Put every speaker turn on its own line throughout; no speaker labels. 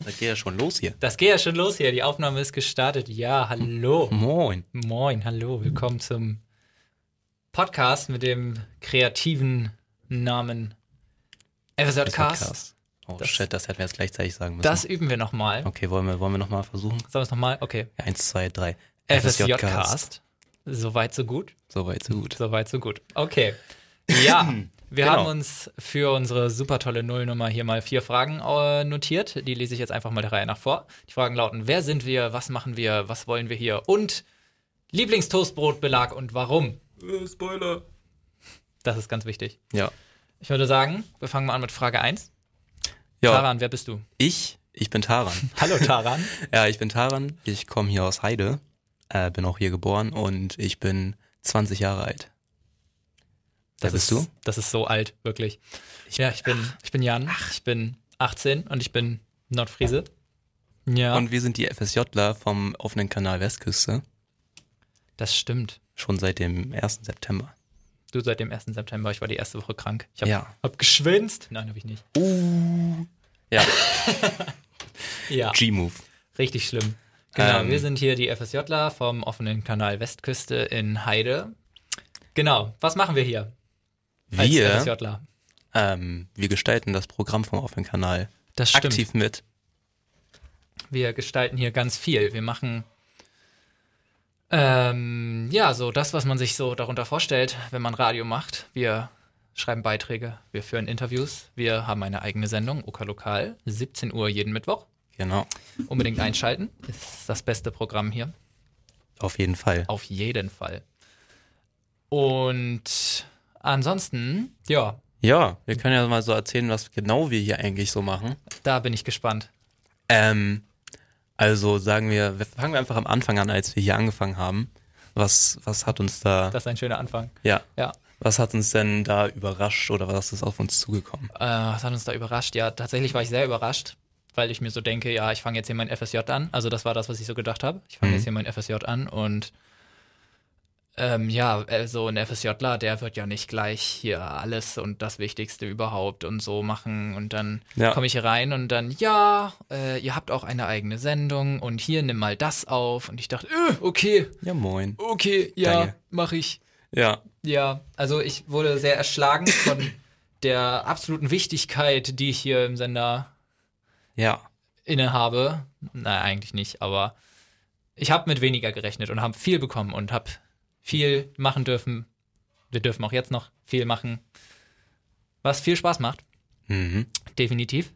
Da geht ja schon los hier.
Das geht ja schon los hier. Die Aufnahme ist gestartet. Ja, hallo.
Moin.
Moin, hallo. Willkommen zum Podcast mit dem kreativen Namen Episodecast.
Oh
Das-
shit, das hätten wir jetzt gleichzeitig sagen müssen.
Das üben wir nochmal.
okay, wollen wir, wollen wir nochmal versuchen?
Sollen wir es nochmal? Okay.
Ja, eins, zwei, drei.
FSJ-Cast. Soweit, so gut.
Soweit, so gut.
Soweit, so gut. Okay. Ja, wir
Genau.
haben uns für unsere super tolle Nullnummer hier mal vier Fragen äh, notiert. Die lese ich jetzt einfach mal der Reihe nach vor. Die Fragen lauten: Wer sind wir? Was machen wir? Was wollen wir hier? Und Lieblingstoastbrotbelag und warum?
Spoiler.
Das ist ganz wichtig.
Ja.
Ich würde sagen, wir fangen mal an mit Frage 1.
Ja,
Taran, wer bist du?
ich, ich bin Taran.
Hallo, Taran.
ja, ich bin Taran. Ich komme hier aus Heide. Äh, bin auch hier geboren und ich bin 20 Jahre alt. Wer bist
ist,
du?
Das ist so alt, wirklich. ja, ich bin, ich bin Jan. Ich bin 18 und ich bin Nordfriese. Ja,
Und wir sind die FSJler vom offenen Kanal Westküste.
das stimmt.
Schon seit dem 1. September.
Du seit dem 1. September, ich war die erste Woche krank. Ich hab,
Ja. Uh.
hab geschwänzt. Nein, habe ich nicht.
Ja,
Ja,
G-Move.
richtig schlimm. Genau,
Ähm.
wir sind hier die FSJler vom offenen Kanal Westküste in Heide. Genau, was machen wir hier als
Wir,
FSJler?
ähm, wir gestalten das Programm vom offenen Kanal
Das stimmt.
aktiv mit.
Wir gestalten hier ganz viel. Wir machen ähm, ja so das, was man sich so darunter vorstellt, wenn man Radio macht. Wir schreiben Beiträge, wir führen Interviews, wir haben eine eigene Sendung, Oka Lokal, 17 Uhr jeden Mittwoch.
Genau.
Unbedingt einschalten. Ist das beste Programm hier.
Auf jeden Fall.
Auf jeden Fall. Und ansonsten, ja,
Ja, wir können ja mal so erzählen, was genau wir hier eigentlich so machen.
da bin ich gespannt.
Ähm, also sagen wir, wir fangen wir einfach am Anfang an, als wir hier angefangen haben. Was, was hat uns da,
Das ist ein schöner Anfang.
ja,
Ja.
was hat uns denn da überrascht oder was ist auf uns zugekommen?
Äh, was hat uns da überrascht? Ja, tatsächlich war ich sehr überrascht, weil ich mir so denke, ja, ich fange jetzt hier mein FSJ an. Also das war das, was ich so gedacht habe. Ich fange
Mhm.
jetzt hier mein FSJ an und ähm, ja, äh, so ein FSJler, der wird ja nicht gleich hier alles und das Wichtigste überhaupt und so machen. Und dann
Ja.
komme ich hier rein und dann, ja, äh, ihr habt auch eine eigene Sendung und hier nimm mal das auf. Und ich dachte, äh, okay,
Ja, moin.
okay, ja,
Danke.
mache ich.
Ja,
Ja, also ich wurde sehr erschlagen von der absoluten Wichtigkeit, die ich hier im Sender
ja,
innehabe. Na, eigentlich nicht, aber ich habe mit weniger gerechnet und habe viel bekommen und habe viel machen dürfen. Wir dürfen auch jetzt noch viel machen, was viel Spaß macht,
mhm.
definitiv.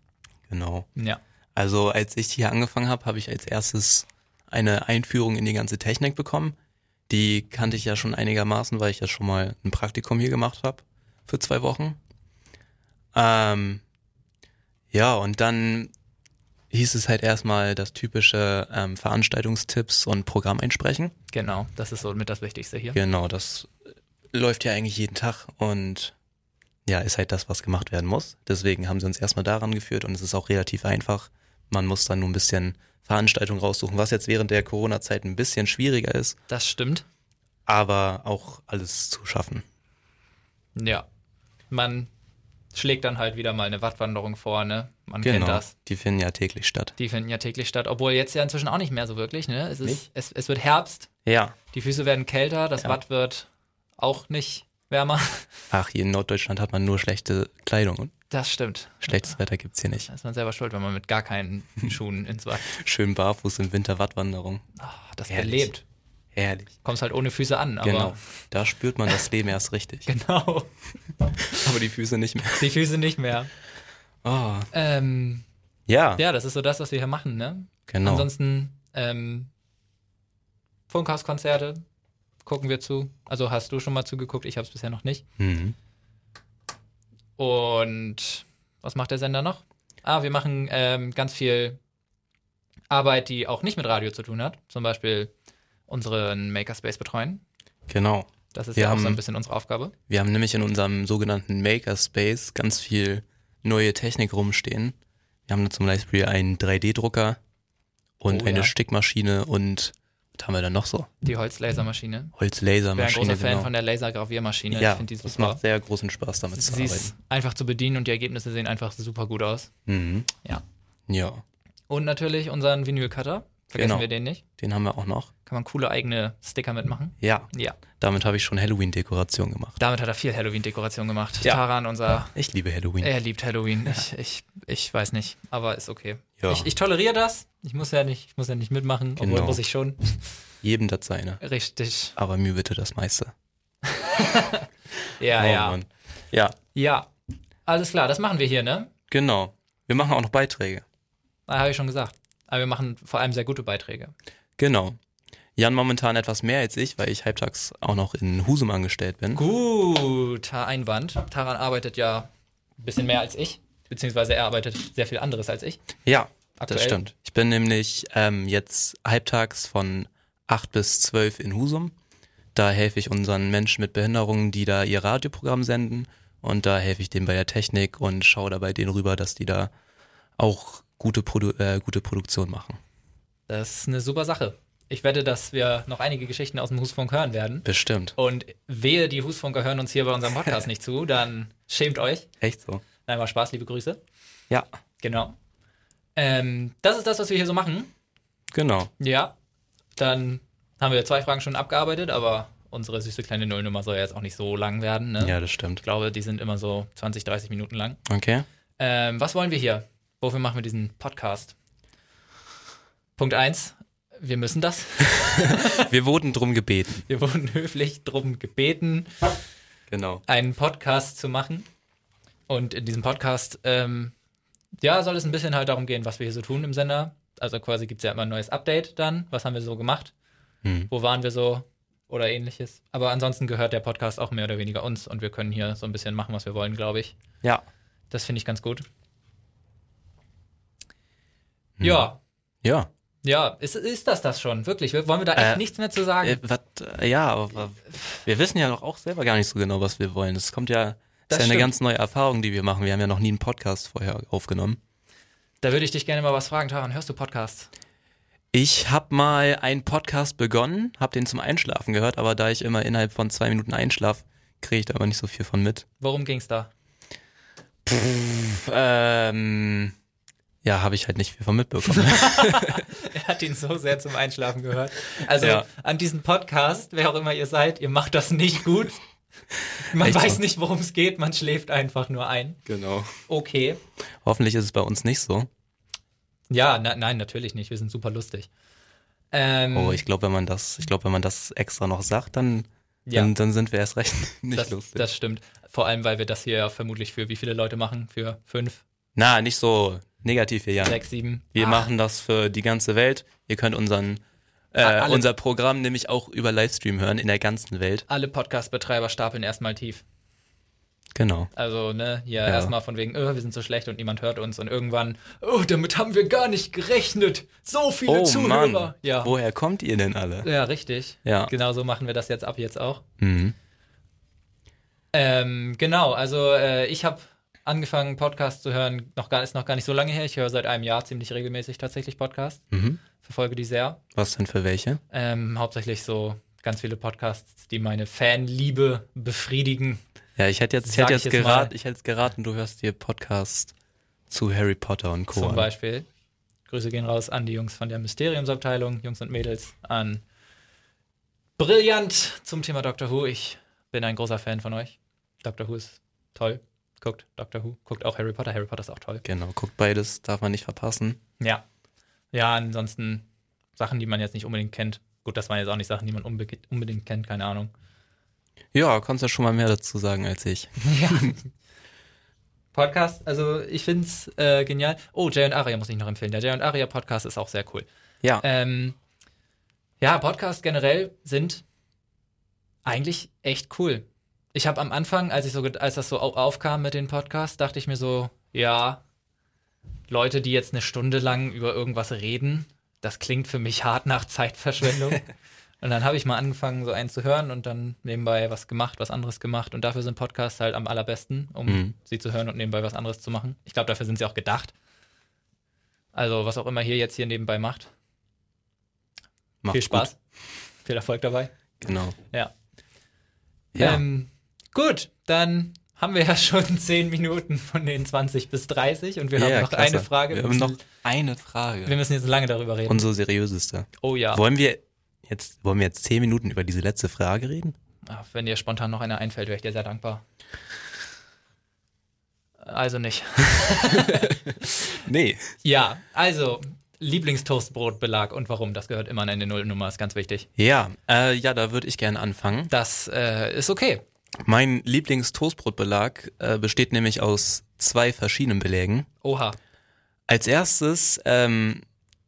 genau.
Ja.
Also als ich hier angefangen habe, habe ich als erstes eine Einführung in die ganze Technik bekommen. Die kannte ich ja schon einigermaßen, weil ich ja schon mal ein Praktikum hier gemacht habe für zwei Wochen. Ähm, ja, und dann hieß es halt erstmal das typische ähm, Veranstaltungstipps und Programm einsprechen.
Genau, das ist so mit das Wichtigste hier.
Genau, das läuft ja eigentlich jeden Tag und ja, ist halt das, was gemacht werden muss. Deswegen haben sie uns erstmal daran geführt und es ist auch relativ einfach. Man muss dann nur ein bisschen Veranstaltungen raussuchen, was jetzt während der Corona-Zeit ein bisschen schwieriger ist,
Das stimmt.
aber auch alles zu schaffen.
Ja. Man schlägt dann halt wieder mal eine Wattwanderung vor, ne? Man
Genau.
kennt das.
die finden ja täglich statt.
Die finden ja täglich statt, obwohl jetzt ja inzwischen auch nicht mehr so wirklich. Ne? Es, ist,
Nicht?
es, es wird Herbst,
Ja.
die Füße werden kälter, das
Ja.
Watt wird auch nicht wärmer.
Ach, hier in Norddeutschland hat man nur schlechte Kleidung und
Das stimmt.
schlechtes Wetter gibt's hier nicht.
Da ist man selber schuld, wenn man mit gar keinen Schuhen ins Watt.
Schön barfuß im Winter Wattwanderung.
Ah, das
Herrlich.
erlebt.
Herrlich.
Kommst halt ohne Füße an, aber.
Genau. Da spürt man das Leben erst richtig.
Genau.
Aber die Füße nicht mehr.
Die Füße nicht mehr.
Oh.
Ähm,
Ja.
ja, das ist so das, was wir hier machen, ne?
Genau.
Ansonsten, ähm, Funkhauskonzerte gucken wir zu. Also hast du schon mal zugeguckt, ich habe es bisher noch nicht.
Mhm.
Und was macht der Sender noch? Ah, wir machen ähm, ganz viel Arbeit, die auch nicht mit Radio zu tun hat. Zum Beispiel unseren Makerspace betreuen.
Genau.
Das ist
Wir
ja auch
haben-
so ein bisschen unsere Aufgabe.
Wir haben nämlich in unserem sogenannten Makerspace ganz viel neue Technik rumstehen. Wir haben da zum Beispiel einen 3D-Drucker und
Oh,
eine
ja.
Stickmaschine und was haben wir da noch so?
Die Holzlasermaschine. Ich bin ein
Holzlasermaschine.
großer Fan
genau.
von der Lasergraviermaschine.
ja,
ich finde die
das
super.
macht sehr großen Spaß, damit zu
Sie
arbeiten.
ist einfach zu bedienen und die Ergebnisse sehen einfach super gut aus.
Mhm.
Ja.
Ja.
Und natürlich unseren Vinylcutter. Vergessen
Genau.
wir den nicht.
Den haben wir auch noch.
Kann man coole eigene Sticker mitmachen.
Ja,
Ja.
damit habe ich schon Halloween-Dekoration gemacht.
Damit hat er viel Halloween-Dekoration gemacht.
Ja.
Taran, unser.
Ich liebe Halloween.
Er liebt Halloween. Ich, ich, ich weiß nicht, aber ist okay.
Ja.
Ich, ich toleriere das. Ich muss ja nicht, ich muss ja nicht mitmachen, obwohl
Genau.
muss ich schon.
Jedem das seine.
Richtig.
Aber mir bitte das meiste.
Ja,
Oh,
Ah, ja.
Mann. Ja,
Ja. Alles klar, das machen wir hier, ne?
genau. Wir machen auch noch Beiträge.
Ah, Habe ich schon gesagt. Aber wir machen vor allem sehr gute Beiträge.
Genau. Jan momentan etwas mehr als ich, weil ich halbtags auch noch in Husum angestellt bin.
Guter Einwand. Taran arbeitet ja ein bisschen mehr als ich. Beziehungsweise er arbeitet sehr viel anderes als ich.
Ja,
Aktuell.
das stimmt. Ich bin nämlich ähm, jetzt halbtags von 8 bis 12 in Husum. Da helfe ich unseren Menschen mit Behinderungen, die da ihr Radioprogramm senden. Und da helfe ich denen bei der Technik und schaue dabei denen rüber, dass die da auch gute, Produ äh, gute Produktion machen.
Das ist eine super Sache. Ich wette, dass wir noch einige Geschichten aus dem Husfunk hören werden.
Bestimmt.
Und wehe, die Husfunker hören uns hier bei unserem Podcast nicht zu, dann schämt euch.
Echt so.
Nein, war Spaß, liebe Grüße.
Ja,
Genau. Ähm, das ist das, was wir hier so machen.
genau.
Ja. Dann haben wir zwei Fragen schon abgearbeitet, aber unsere süße kleine Nullnummer soll ja jetzt auch nicht so lang werden. Ne?
Ja, das stimmt.
Ich glaube, die sind immer so 20, 30 Minuten lang.
Okay.
Ähm, was wollen wir hier? Wofür machen wir diesen Podcast? Punkt 1. Wir müssen das.
Wir wurden drum gebeten.
Wir wurden höflich drum gebeten,
Genau.
einen Podcast zu machen. Und in diesem Podcast, ähm, ja, soll es ein bisschen halt darum gehen, was wir hier so tun im Sender. Also quasi gibt es ja immer ein neues Update dann. Was haben wir so gemacht?
Hm.
Wo waren wir so? Oder ähnliches. Aber ansonsten gehört der Podcast auch mehr oder weniger uns und wir können hier so ein bisschen machen, was wir wollen, glaube ich.
Ja.
Das finde ich ganz gut.
Hm.
Ja,
Ja.
ja, ist, ist das das schon? Wirklich? Wir- Wollen wir da echt
Äh,
nichts mehr zu sagen?
Äh, wat, äh, ja, aber wa- wir wissen ja doch auch selber gar nicht so genau, was wir wollen. Das kommt ja,
Das
das ist ja eine
stimmt.
ganz neue Erfahrung, die wir machen. Wir haben ja noch nie einen Podcast vorher aufgenommen.
da würde ich dich gerne mal was fragen, Taran. Hörst du Podcasts?
Ich habe mal einen Podcast begonnen, habe den zum Einschlafen gehört, aber da ich immer innerhalb von zwei Minuten einschlaf, kriege ich da aber nicht so viel von mit.
Worum ging's da?
Ähm, ja, habe ich halt nicht viel von mitbekommen.
Er hat ihn so sehr zum Einschlafen gehört. Also
Ja.
an diesem Podcast, wer auch immer ihr seid, ihr macht das nicht gut. Man
Echt so.
weiß nicht, worum es geht, man schläft einfach nur ein.
genau.
Okay.
Hoffentlich ist es bei uns nicht so.
Ja, na, nein, natürlich nicht. Wir sind super lustig. Ähm,
Oh, ich glaube, wenn man das, ich glaube, wenn man das extra noch sagt, dann,
Ja.
dann, dann sind wir erst recht nicht
das,
lustig.
das stimmt. Vor allem, weil wir das hier ja vermutlich für wie viele Leute machen? Für fünf,
Na, nicht so negativ hier, Jan.
sechs, sieben.
Wir
acht.
machen das für die ganze Welt. Ihr könnt unseren, äh,
alle-
unser Programm nämlich auch über Livestream hören in der ganzen Welt.
Alle Podcast-Betreiber stapeln erstmal tief.
Genau.
Also, ne, hier
Ja.
erstmal von wegen, oh, wir sind so schlecht und niemand hört uns. Und irgendwann, oh, damit haben wir gar nicht gerechnet. So viele
Oh
Zuhörer.
Mann,
Ja.
woher kommt ihr denn alle?
Ja, richtig.
Ja.
Genau so machen wir das jetzt ab jetzt auch.
Mhm.
Ähm, genau, also äh, ich habe angefangen, Podcasts zu hören, noch gar, ist noch gar nicht so lange her. Ich höre seit einem Jahr ziemlich regelmäßig tatsächlich Podcasts,
Mhm.
verfolge die sehr.
Was denn für welche?
Ähm, hauptsächlich so ganz viele Podcasts, die meine Fanliebe befriedigen.
Ja, ich hätte jetzt, ich
Sag
hätte
ich
jetzt,
jetzt
gerat,
mal.
ich hätte jetzt geraten, du hörst dir Podcast zu Harry Potter und Co.
Zum
an.
Beispiel. Grüße gehen raus an die Jungs von der Mysteriumsabteilung, Jungs und Mädels, an Brillant zum Thema Doctor Who. Ich bin ein großer Fan von euch. Doctor Who ist toll. Guckt Doctor Who, guckt auch Harry Potter. Harry Potter ist auch toll.
Genau, guckt beides, darf man nicht verpassen.
Ja. Ja, ansonsten Sachen, die man jetzt nicht unbedingt kennt. Gut, das waren jetzt auch nicht Sachen, die man unbe unbedingt kennt, keine Ahnung.
Ja, kannst ja schon mal mehr dazu sagen als ich.
Ja. Podcast, also ich finde es äh, genial. Oh, Jay und Aria muss ich noch empfehlen. Der Jay und Aria Podcast ist auch sehr cool.
Ja,
Ähm, ja, Podcasts generell sind eigentlich echt cool. Ich habe au- am Anfang, als ich so, ge- als das so au- aufkam mit den Podcasts, dachte ich mir so, ja, Leute, die jetzt eine Stunde lang über irgendwas reden, das klingt für mich hart nach Zeitverschwendung. und dann habe ich mal angefangen, so einen zu hören und dann nebenbei was gemacht, was anderes gemacht. Und dafür sind Podcasts halt am allerbesten, um
Mhm.
sie zu hören und nebenbei was anderes zu machen. Ich glaube, dafür sind sie auch gedacht. Also, was auch immer hier jetzt hier nebenbei macht
macht
viel Spaß.
Gut.
Viel Erfolg dabei.
Genau.
Ja.
Ja,
Ähm, gut, dann haben wir ja schon 10 Minuten von den 20 bis 30 und wir haben noch
klasse.
eine Frage.
Wir
Wir
haben
müssen,
noch eine Frage.
wir müssen jetzt lange darüber reden.
Unsere seriöseste.
oh ja,
Wollen wir jetzt, wollen wir jetzt zehn Minuten über diese letzte Frage reden?
Ah, wenn dir spontan noch eine einfällt, wäre ich dir sehr dankbar. Also nicht.
Nee.
Ja, also Lieblingstoastbrotbelag und warum, das gehört immer in die Nullnummer, ist ganz wichtig.
Ja, äh, ja, da würde ich gerne anfangen.
Das äh, ist okay.
Mein Lieblingstoastbrotbelag äh, besteht nämlich aus zwei verschiedenen Belägen.
Oha.
Als erstes, ähm,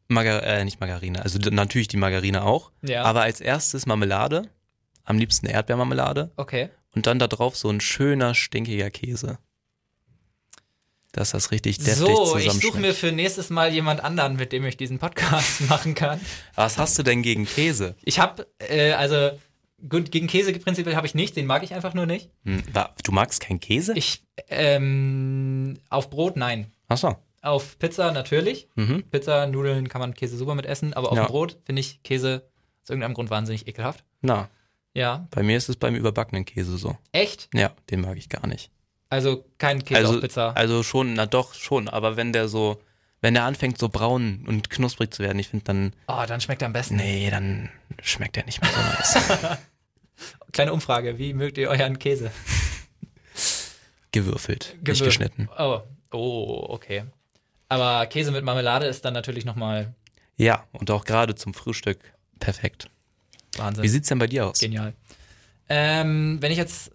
Margar äh, nicht Margarine, also d- natürlich die Margarine auch,
Ja.
aber als erstes Marmelade, am liebsten Erdbeermarmelade
Okay.
und dann da drauf so ein schöner, stinkiger Käse. Dass das richtig deftig
So, ich
zusammenschmeckt.
suche mir für nächstes Mal jemand anderen, mit dem ich diesen Podcast machen kann.
Was hast du denn gegen Käse?
Ich habe, äh, also gut, gegen Käse prinzipiell habe ich nichts, den mag ich einfach nur nicht.
Hm, wa- du magst keinen Käse?
Ich, ähm, auf Brot nein.
Achso.
Auf Pizza natürlich.
Mhm.
Pizza, Nudeln kann man Käse super mit essen, aber auf
Ja.
dem Brot finde ich Käse aus irgendeinem Grund wahnsinnig ekelhaft.
Na,
Ja.
bei mir ist es beim überbackenen Käse so.
Echt?
Ja, den mag ich gar nicht.
Also kein Käse
Also,
auf Pizza.
also schon, na doch, schon, aber wenn der so, wenn der anfängt so braun und knusprig zu werden, ich finde dann,
Oh, dann schmeckt er am besten.
nee, dann schmeckt der nicht mehr so nice.
Kleine Umfrage, wie mögt ihr euren Käse?
Gewürfelt, nicht
Gewürzt.
geschnitten.
Oh, oh okay. Aber Käse mit Marmelade ist dann natürlich nochmal
Ja, und auch gerade zum Frühstück perfekt.
Wahnsinn.
Wie sieht's denn bei dir aus?
Genial. Ähm, wenn ich jetzt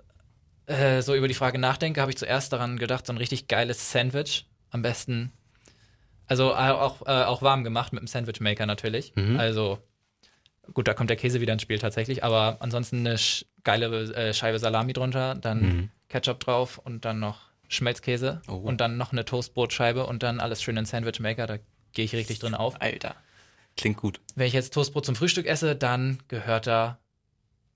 äh, so über die Frage nachdenke, habe ich zuerst daran gedacht, so ein richtig geiles Sandwich. Am besten, also äh, auch, äh, auch warm gemacht mit dem Sandwichmaker natürlich.
Mhm.
Also gut, da kommt der Käse wieder ins Spiel tatsächlich, aber ansonsten eine sch geile äh, Scheibe Salami drunter, dann
Mhm.
Ketchup drauf und dann noch Schmelzkäse
Oh.
und dann noch eine Toastbrotscheibe und dann alles schön in den Sandwichmaker. Da gehe ich richtig drin auf.
Alter. Klingt gut.
Wenn ich jetzt Toastbrot zum Frühstück esse, dann gehört da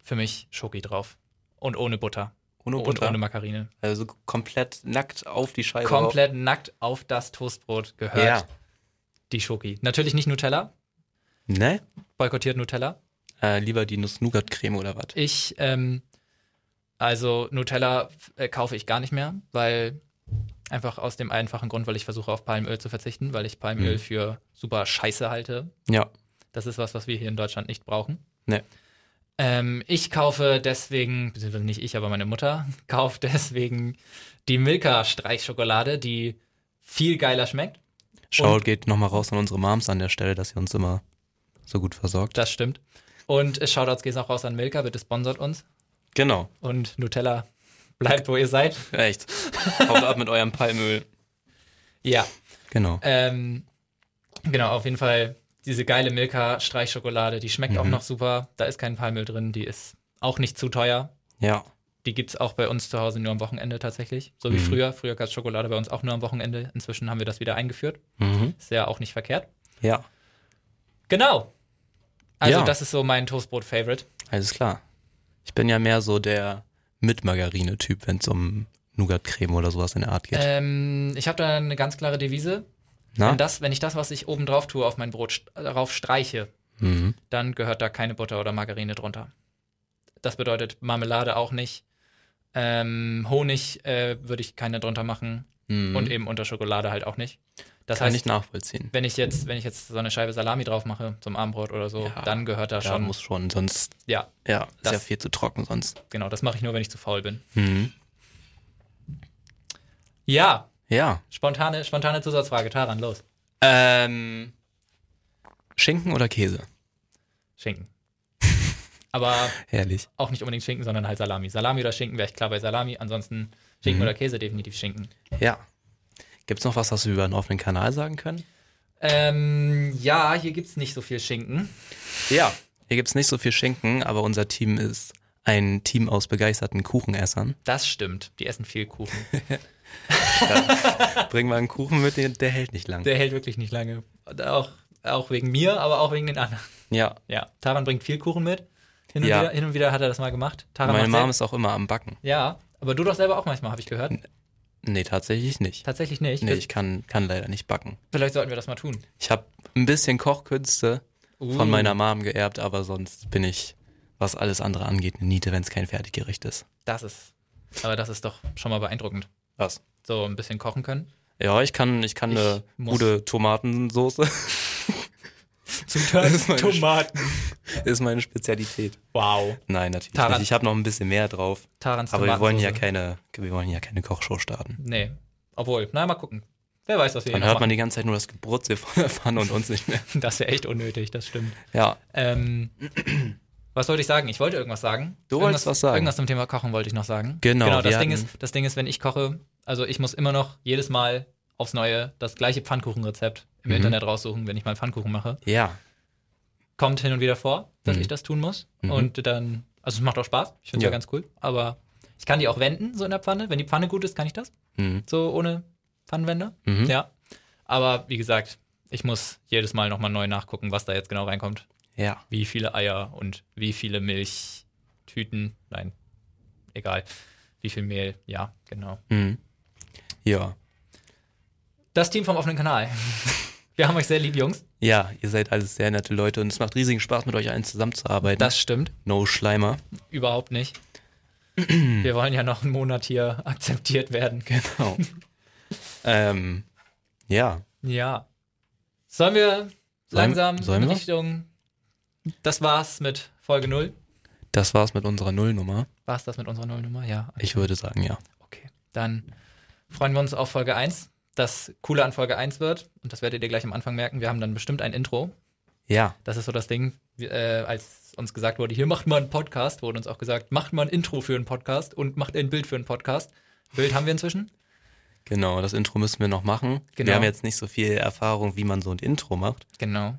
für mich Schoki drauf. Und ohne Butter.
Ohne
Und
Butter.
ohne Margarine.
also komplett nackt auf die Scheibe.
Komplett nackt auf das Toastbrot
drauf.
gehört
Ja.
die Schoki. Natürlich nicht Nutella.
Ne?
Boykottiert Nutella.
Äh, lieber die Nuss-Nougat-Creme oder was?
Ich, ähm, also Nutella äh, kaufe ich gar nicht mehr, weil einfach aus dem einfachen Grund, weil ich versuche auf Palmöl zu verzichten, weil ich Palmöl
Mhm.
für super scheiße halte.
Ja.
Das ist was, was wir hier in Deutschland nicht brauchen.
Nee.
Ähm, ich kaufe deswegen, beziehungsweise nicht ich, aber meine Mutter, kauft deswegen die Milka-Streichschokolade, die viel geiler schmeckt.
Shoutout geht nochmal raus an unsere Moms an der Stelle, dass ihr uns immer so gut versorgt.
Das stimmt. Und äh, Shoutouts gehen auch raus an Milka, bitte sponsert uns.
Genau.
Und Nutella, bleibt wo ihr seid.
Echt. Haut ab mit eurem Palmöl.
Ja.
Genau.
Ähm, genau, auf jeden Fall diese geile Milka-Streichschokolade, die schmeckt auch
Mhm.
noch super. Da ist kein Palmöl drin, die ist auch nicht zu teuer.
Ja.
Die gibt es auch bei uns zu Hause nur am Wochenende tatsächlich. So wie
Mhm.
früher. Früher gab es Schokolade bei uns auch nur am Wochenende. Inzwischen haben wir das wieder eingeführt.
Mhm.
Ist ja auch nicht verkehrt.
Ja.
Genau. Also,
Ja.
das ist so mein Toastbrot-Favorite.
Alles klar. Ich bin ja mehr so der mit Margarine-Typ, wenn es um Nougat-Creme oder sowas in der Art geht.
Ähm, ich habe da eine ganz klare Devise.
Na?
Wenn, das, wenn ich das, was ich oben drauf tue, auf mein Brot st- drauf streiche,
Mhm.
dann gehört da keine Butter oder Margarine drunter. Das bedeutet Marmelade auch nicht. Ähm, Honig äh, würde ich keine drunter machen.
Mhm.
Und eben unter Schokolade halt auch nicht. Das
Kann
heißt,
ich nachvollziehen.
wenn ich jetzt, wenn ich jetzt so eine Scheibe Salami drauf mache zum Abendbrot oder so,
Ja,
dann gehört da
Ja,
schon.
muss schon, sonst,
Ja,
ja, ist
Das-
ja viel zu trocken sonst.
genau, das mache ich nur, wenn ich zu faul bin.
Mhm.
Ja,
Ja.
spontane, spontane Zusatzfrage, Taran, los.
Ähm, Schinken oder Käse?
Schinken. Aber
Herrlich.
auch nicht unbedingt Schinken, sondern halt Salami. Salami oder Schinken wäre ich klar bei Salami. Ansonsten Schinken
Mhm.
oder Käse, definitiv Schinken.
Ja. Gibt's noch was, was wir über einen offenen Kanal sagen können?
Ähm, ja, hier gibt es nicht so viel Schinken.
Ja. Hier gibt's nicht so viel Schinken, aber unser Team ist ein Team aus begeisterten Kuchenessern.
Das stimmt. Die essen viel Kuchen.
Bring mal einen Kuchen mit, der, der hält nicht lang.
Der hält wirklich nicht lange. Und Auch, auch wegen mir, aber auch wegen den anderen.
ja.
Ja, Taran bringt viel Kuchen mit. Hin und,
Ja.
wieder, hin und wieder hat er das mal gemacht. Taran
Meine
macht selbst-
Mom ist auch immer am Backen.
Ja, aber du doch selber auch manchmal, habe ich gehört.
Nee, tatsächlich nicht.
Tatsächlich nicht.
Nee, ich kann, kann leider nicht backen.
Vielleicht sollten wir das mal tun.
Ich habe ein bisschen Kochkünste
Uh.
von meiner Mom geerbt, aber sonst bin ich, was alles andere angeht, eine Niete, wenn es kein Fertiggericht ist.
Das ist Aber das ist doch schon mal beeindruckend.
Was?
So ein bisschen kochen können.
Ja, ich kann, ich kann
Ich
eine
muss-
gute Tomatensoße. Das ist
Zutaten,
meine Sch-
Tomaten.
ist meine Spezialität.
Wow.
Nein, natürlich
Taran-
nicht. Ich habe noch ein bisschen mehr drauf.
Tarans
Aber wir wollen ja
Tomatensoße.
keine, wir wollen ja keine Kochshow starten.
Nee. Obwohl, na mal gucken. Wer weiß, was wir hier
Dann
noch
hört man
machen.
die ganze Zeit nur das Geburtstag von der Pfanne und uns nicht mehr.
Das wäre echt unnötig, das stimmt.
Ja,
Ähm, was wollte ich sagen? Ich wollte irgendwas sagen.
Du
irgendwas,
wolltest was sagen.
Irgendwas zum Thema Kochen wollte ich noch sagen.
Genau,
Genau,
wir
das Ding,
hatten-
ist, das Ding ist, wenn ich koche, also ich muss immer noch jedes Mal aufs Neue das gleiche Pfannkuchenrezept im
Mhm.
Internet raussuchen, wenn ich mal Pfannkuchen mache.
ja.
Kommt hin und wieder vor, dass
Mhm.
ich das tun muss.
Mhm.
Und dann, also es macht auch Spaß. Ich finde es ja.
Ja.
ganz cool. Aber ich kann die auch wenden, so in der Pfanne. Wenn die Pfanne gut ist, kann ich das.
Mhm.
So ohne Pfannenwender.
Mhm.
Ja. Aber wie gesagt, ich muss jedes Mal nochmal neu nachgucken, was da jetzt genau reinkommt
Ja.
wie viele Eier und wie viele Milchtüten. Nein, egal. Wie viel Mehl, ja, genau.
Mhm. Ja.
Das Team vom offenen Kanal. Wir haben euch sehr lieb, Jungs.
Ja, ihr seid alles sehr nette Leute und es macht riesigen Spaß, mit euch allen zusammenzuarbeiten.
stimmt.
no Schleimer.
Überhaupt nicht. Wir wollen ja noch einen Monat hier akzeptiert werden.
Genau. ähm, ja.
Ja. Sollen wir langsam
sollen
in
wir?
Richtung. Das war's mit Folge 0.
Das war's mit unserer Nullnummer.
War's das mit unserer Nullnummer? Ja.
Ich würde sagen, ja.
Okay. Dann freuen wir uns auf Folge 1. Das Coole an Folge 1 wird, und das werdet ihr gleich am Anfang merken, wir haben dann bestimmt ein Intro.
Ja.
Das ist so das Ding, wir, äh, als uns gesagt wurde, hier macht mal einen Podcast, wurde uns auch gesagt, macht mal ein Intro für einen Podcast und macht ein Bild für einen Podcast. Bild haben wir inzwischen.
Genau, das Intro müssen wir noch machen.
Genau.
Wir haben jetzt nicht so viel Erfahrung, wie man so ein Intro macht,
Genau.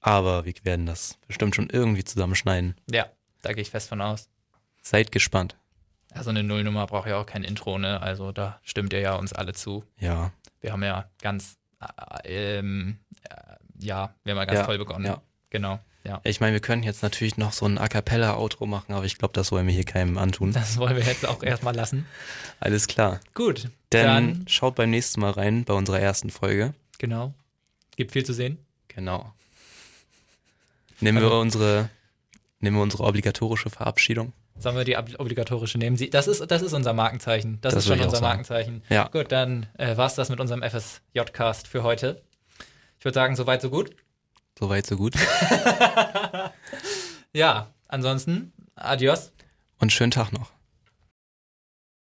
aber wir werden das bestimmt schon irgendwie zusammenschneiden.
Ja, da gehe ich fest von aus.
Seid gespannt.
Also eine Nullnummer braucht ja auch kein Intro, ne? Also da stimmt ihr ja uns alle zu.
Ja.
Wir haben ja ganz, äh, ähm, äh, ja, wir haben ja ganz
ja.
toll begonnen.
Ja.
Genau, ja.
Ich meine, wir können jetzt natürlich noch so ein A Cappella-Outro machen, aber ich glaube, das wollen wir hier keinem antun.
Das wollen wir jetzt auch erstmal lassen.
Alles klar.
Gut,
Dann, schaut beim nächsten Mal rein bei unserer ersten Folge.
genau. Gibt viel zu sehen.
Genau. Nehmen wir
Also-
unsere, nehmen wir unsere obligatorische Verabschiedung.
Sollen wir die ab- obligatorische nehmen? Sie, das, ist, das ist unser Markenzeichen. Das,
Das
ist schon
würde ich auch
unser
sagen.
Markenzeichen.
Ja.
Gut, dann äh, war es das mit unserem FSJ-Cast für heute. Ich würde sagen, soweit, so gut.
Soweit, so gut.
Ja, ansonsten, adios.
Und schönen Tag noch.